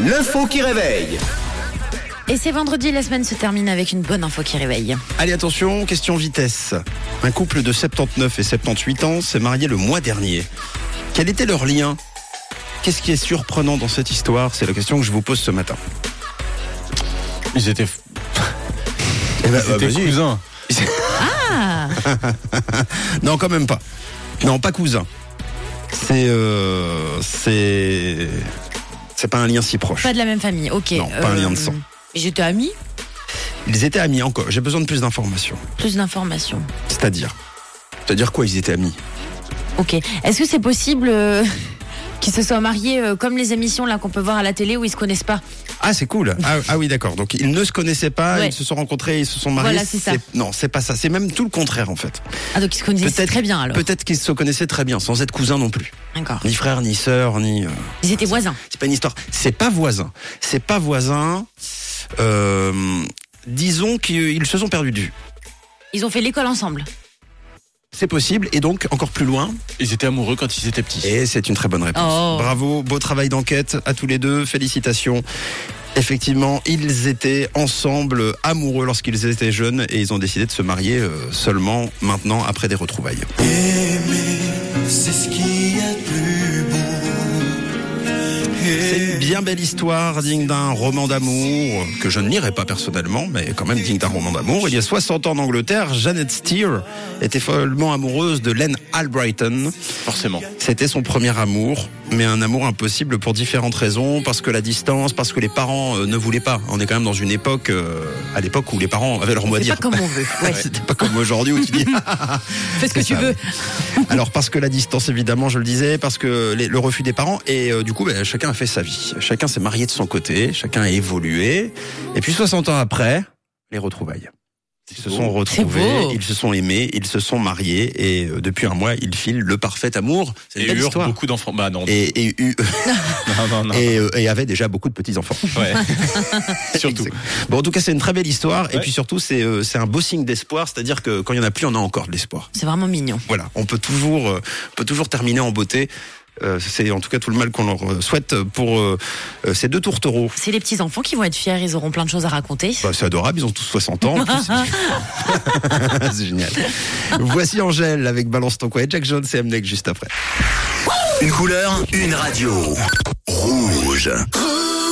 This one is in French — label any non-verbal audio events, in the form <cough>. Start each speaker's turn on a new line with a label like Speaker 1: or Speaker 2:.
Speaker 1: L'info qui réveille.
Speaker 2: Et c'est vendredi, la semaine se termine avec une bonne info qui réveille.
Speaker 1: Allez attention, question vitesse. Un couple de 79 et 78 ans s'est marié le mois dernier. Quel était leur lien Qu'est-ce qui est surprenant dans cette histoire C'est la question que je vous pose ce matin.
Speaker 3: Ils étaient,
Speaker 1: Eh ben,
Speaker 3: ils
Speaker 1: euh,
Speaker 3: étaient
Speaker 1: vas-y.
Speaker 3: cousins.
Speaker 1: <laughs> Non, quand même pas. Non, pas cousin. C'est euh, c'est c'est pas un lien si proche.
Speaker 2: Pas de la même famille, ok. Euh,
Speaker 1: Non, pas un lien de sang.
Speaker 2: J'étais amis,
Speaker 1: Ils étaient amis encore. J'ai besoin de plus d'informations.
Speaker 2: plus d'informations.
Speaker 1: C'est-à-dire C'est-à-dire quoi Ils étaient amis
Speaker 2: Ok. Est-ce que c'est possible euh, <laughs> qu'ils se soient mariés euh, comme les émissions là qu'on peut voir à la télé où ils se connaissent pas
Speaker 1: Ah, c'est cool. Ah, ah oui, d'accord. Donc ils ne se connaissaient pas,
Speaker 2: Ouais.
Speaker 1: ils se sont rencontrés, ils se sont mariés.
Speaker 2: Voilà, c'est ça.
Speaker 1: Non, c'est pas ça. C'est même tout le contraire en fait.
Speaker 2: Ah donc ils se connaissent
Speaker 1: Peut-être-
Speaker 2: très bien alors.
Speaker 1: Peut-être qu'ils se connaissaient très bien, sans être cousins non plus.
Speaker 2: D'accord.
Speaker 1: Ni frère, ni sœur, ni. euh,
Speaker 2: Ils étaient voisins.
Speaker 1: C'est pas une histoire. C'est pas voisin. C'est pas voisin. Euh, disons qu'ils se sont perdus de vue.
Speaker 2: Ils ont fait l'école ensemble.
Speaker 1: C'est possible, et donc encore plus loin.
Speaker 3: Ils étaient amoureux quand ils étaient petits.
Speaker 1: Et c'est une très bonne réponse.
Speaker 2: Oh.
Speaker 1: Bravo, beau travail d'enquête à tous les deux. Félicitations. Effectivement, ils étaient ensemble, amoureux lorsqu'ils étaient jeunes, et ils ont décidé de se marier euh, seulement maintenant après des retrouvailles.
Speaker 4: C'est ce qu'il y a de plus beau.
Speaker 1: C'est
Speaker 4: Et
Speaker 1: une bien belle histoire, digne d'un roman d'amour, que je ne lirai pas personnellement, mais quand même digne d'un roman d'amour. Il y a 60 ans en Angleterre, Janet Steer était follement amoureuse de Len Albrighton.
Speaker 3: Forcément.
Speaker 1: C'était son premier amour, mais un amour impossible pour différentes raisons, parce que la distance, parce que les parents euh, ne voulaient pas. On est quand même dans une époque, euh, à l'époque où les parents avaient leur mot à
Speaker 2: C'est
Speaker 1: dire.
Speaker 2: pas comme on
Speaker 1: <laughs>
Speaker 2: veut. Ouais.
Speaker 1: C'était pas comme aujourd'hui où
Speaker 2: <laughs>
Speaker 1: tu dis
Speaker 2: Fais ce que
Speaker 1: C'est
Speaker 2: tu
Speaker 1: ça,
Speaker 2: veux.
Speaker 1: alors parce que la distance, évidemment, je le disais, parce que les- le refus des parents, et euh, du coup, ben, chacun a fait sa vie. Chacun s'est marié de son côté, chacun a évolué. Et puis 60 ans après, les retrouvailles. Ils se sont retrouvés,
Speaker 2: beau.
Speaker 1: ils se sont aimés, ils se sont mariés, et euh, depuis un mois, ils filent le parfait amour. C'est une
Speaker 3: Et
Speaker 1: belle
Speaker 3: eurent
Speaker 1: histoire.
Speaker 3: beaucoup d'enfants. Bah non,
Speaker 1: Et, et, eu-
Speaker 3: non, non, non.
Speaker 1: et, euh, et avaient déjà beaucoup de petits-enfants.
Speaker 3: Ouais. <laughs> Surtout.
Speaker 1: Exact. Bon, en tout cas, c'est une très belle histoire, et
Speaker 3: Ouais.
Speaker 1: puis surtout, c'est euh, c'est un beau signe d'espoir, c'est-à-dire que quand il y en a plus, on a encore de l'espoir.
Speaker 2: C'est vraiment mignon.
Speaker 1: voilà, on peut toujours, euh, on peut toujours terminer en beauté. Euh, c'est en tout cas tout le mal qu'on leur euh, souhaite pour euh, euh, ces deux tourtereaux.
Speaker 2: C'est les petits enfants qui vont être fiers. Ils auront plein de choses à raconter.
Speaker 1: Bah, c'est adorable, ils ont tous 60 ans.
Speaker 3: <laughs>
Speaker 1: en plus. <laughs> c'est génial. Voici Angèle avec Balance ton quoi et Jack Jones et Amnek juste après.
Speaker 4: Une couleur, une radio. Rouge.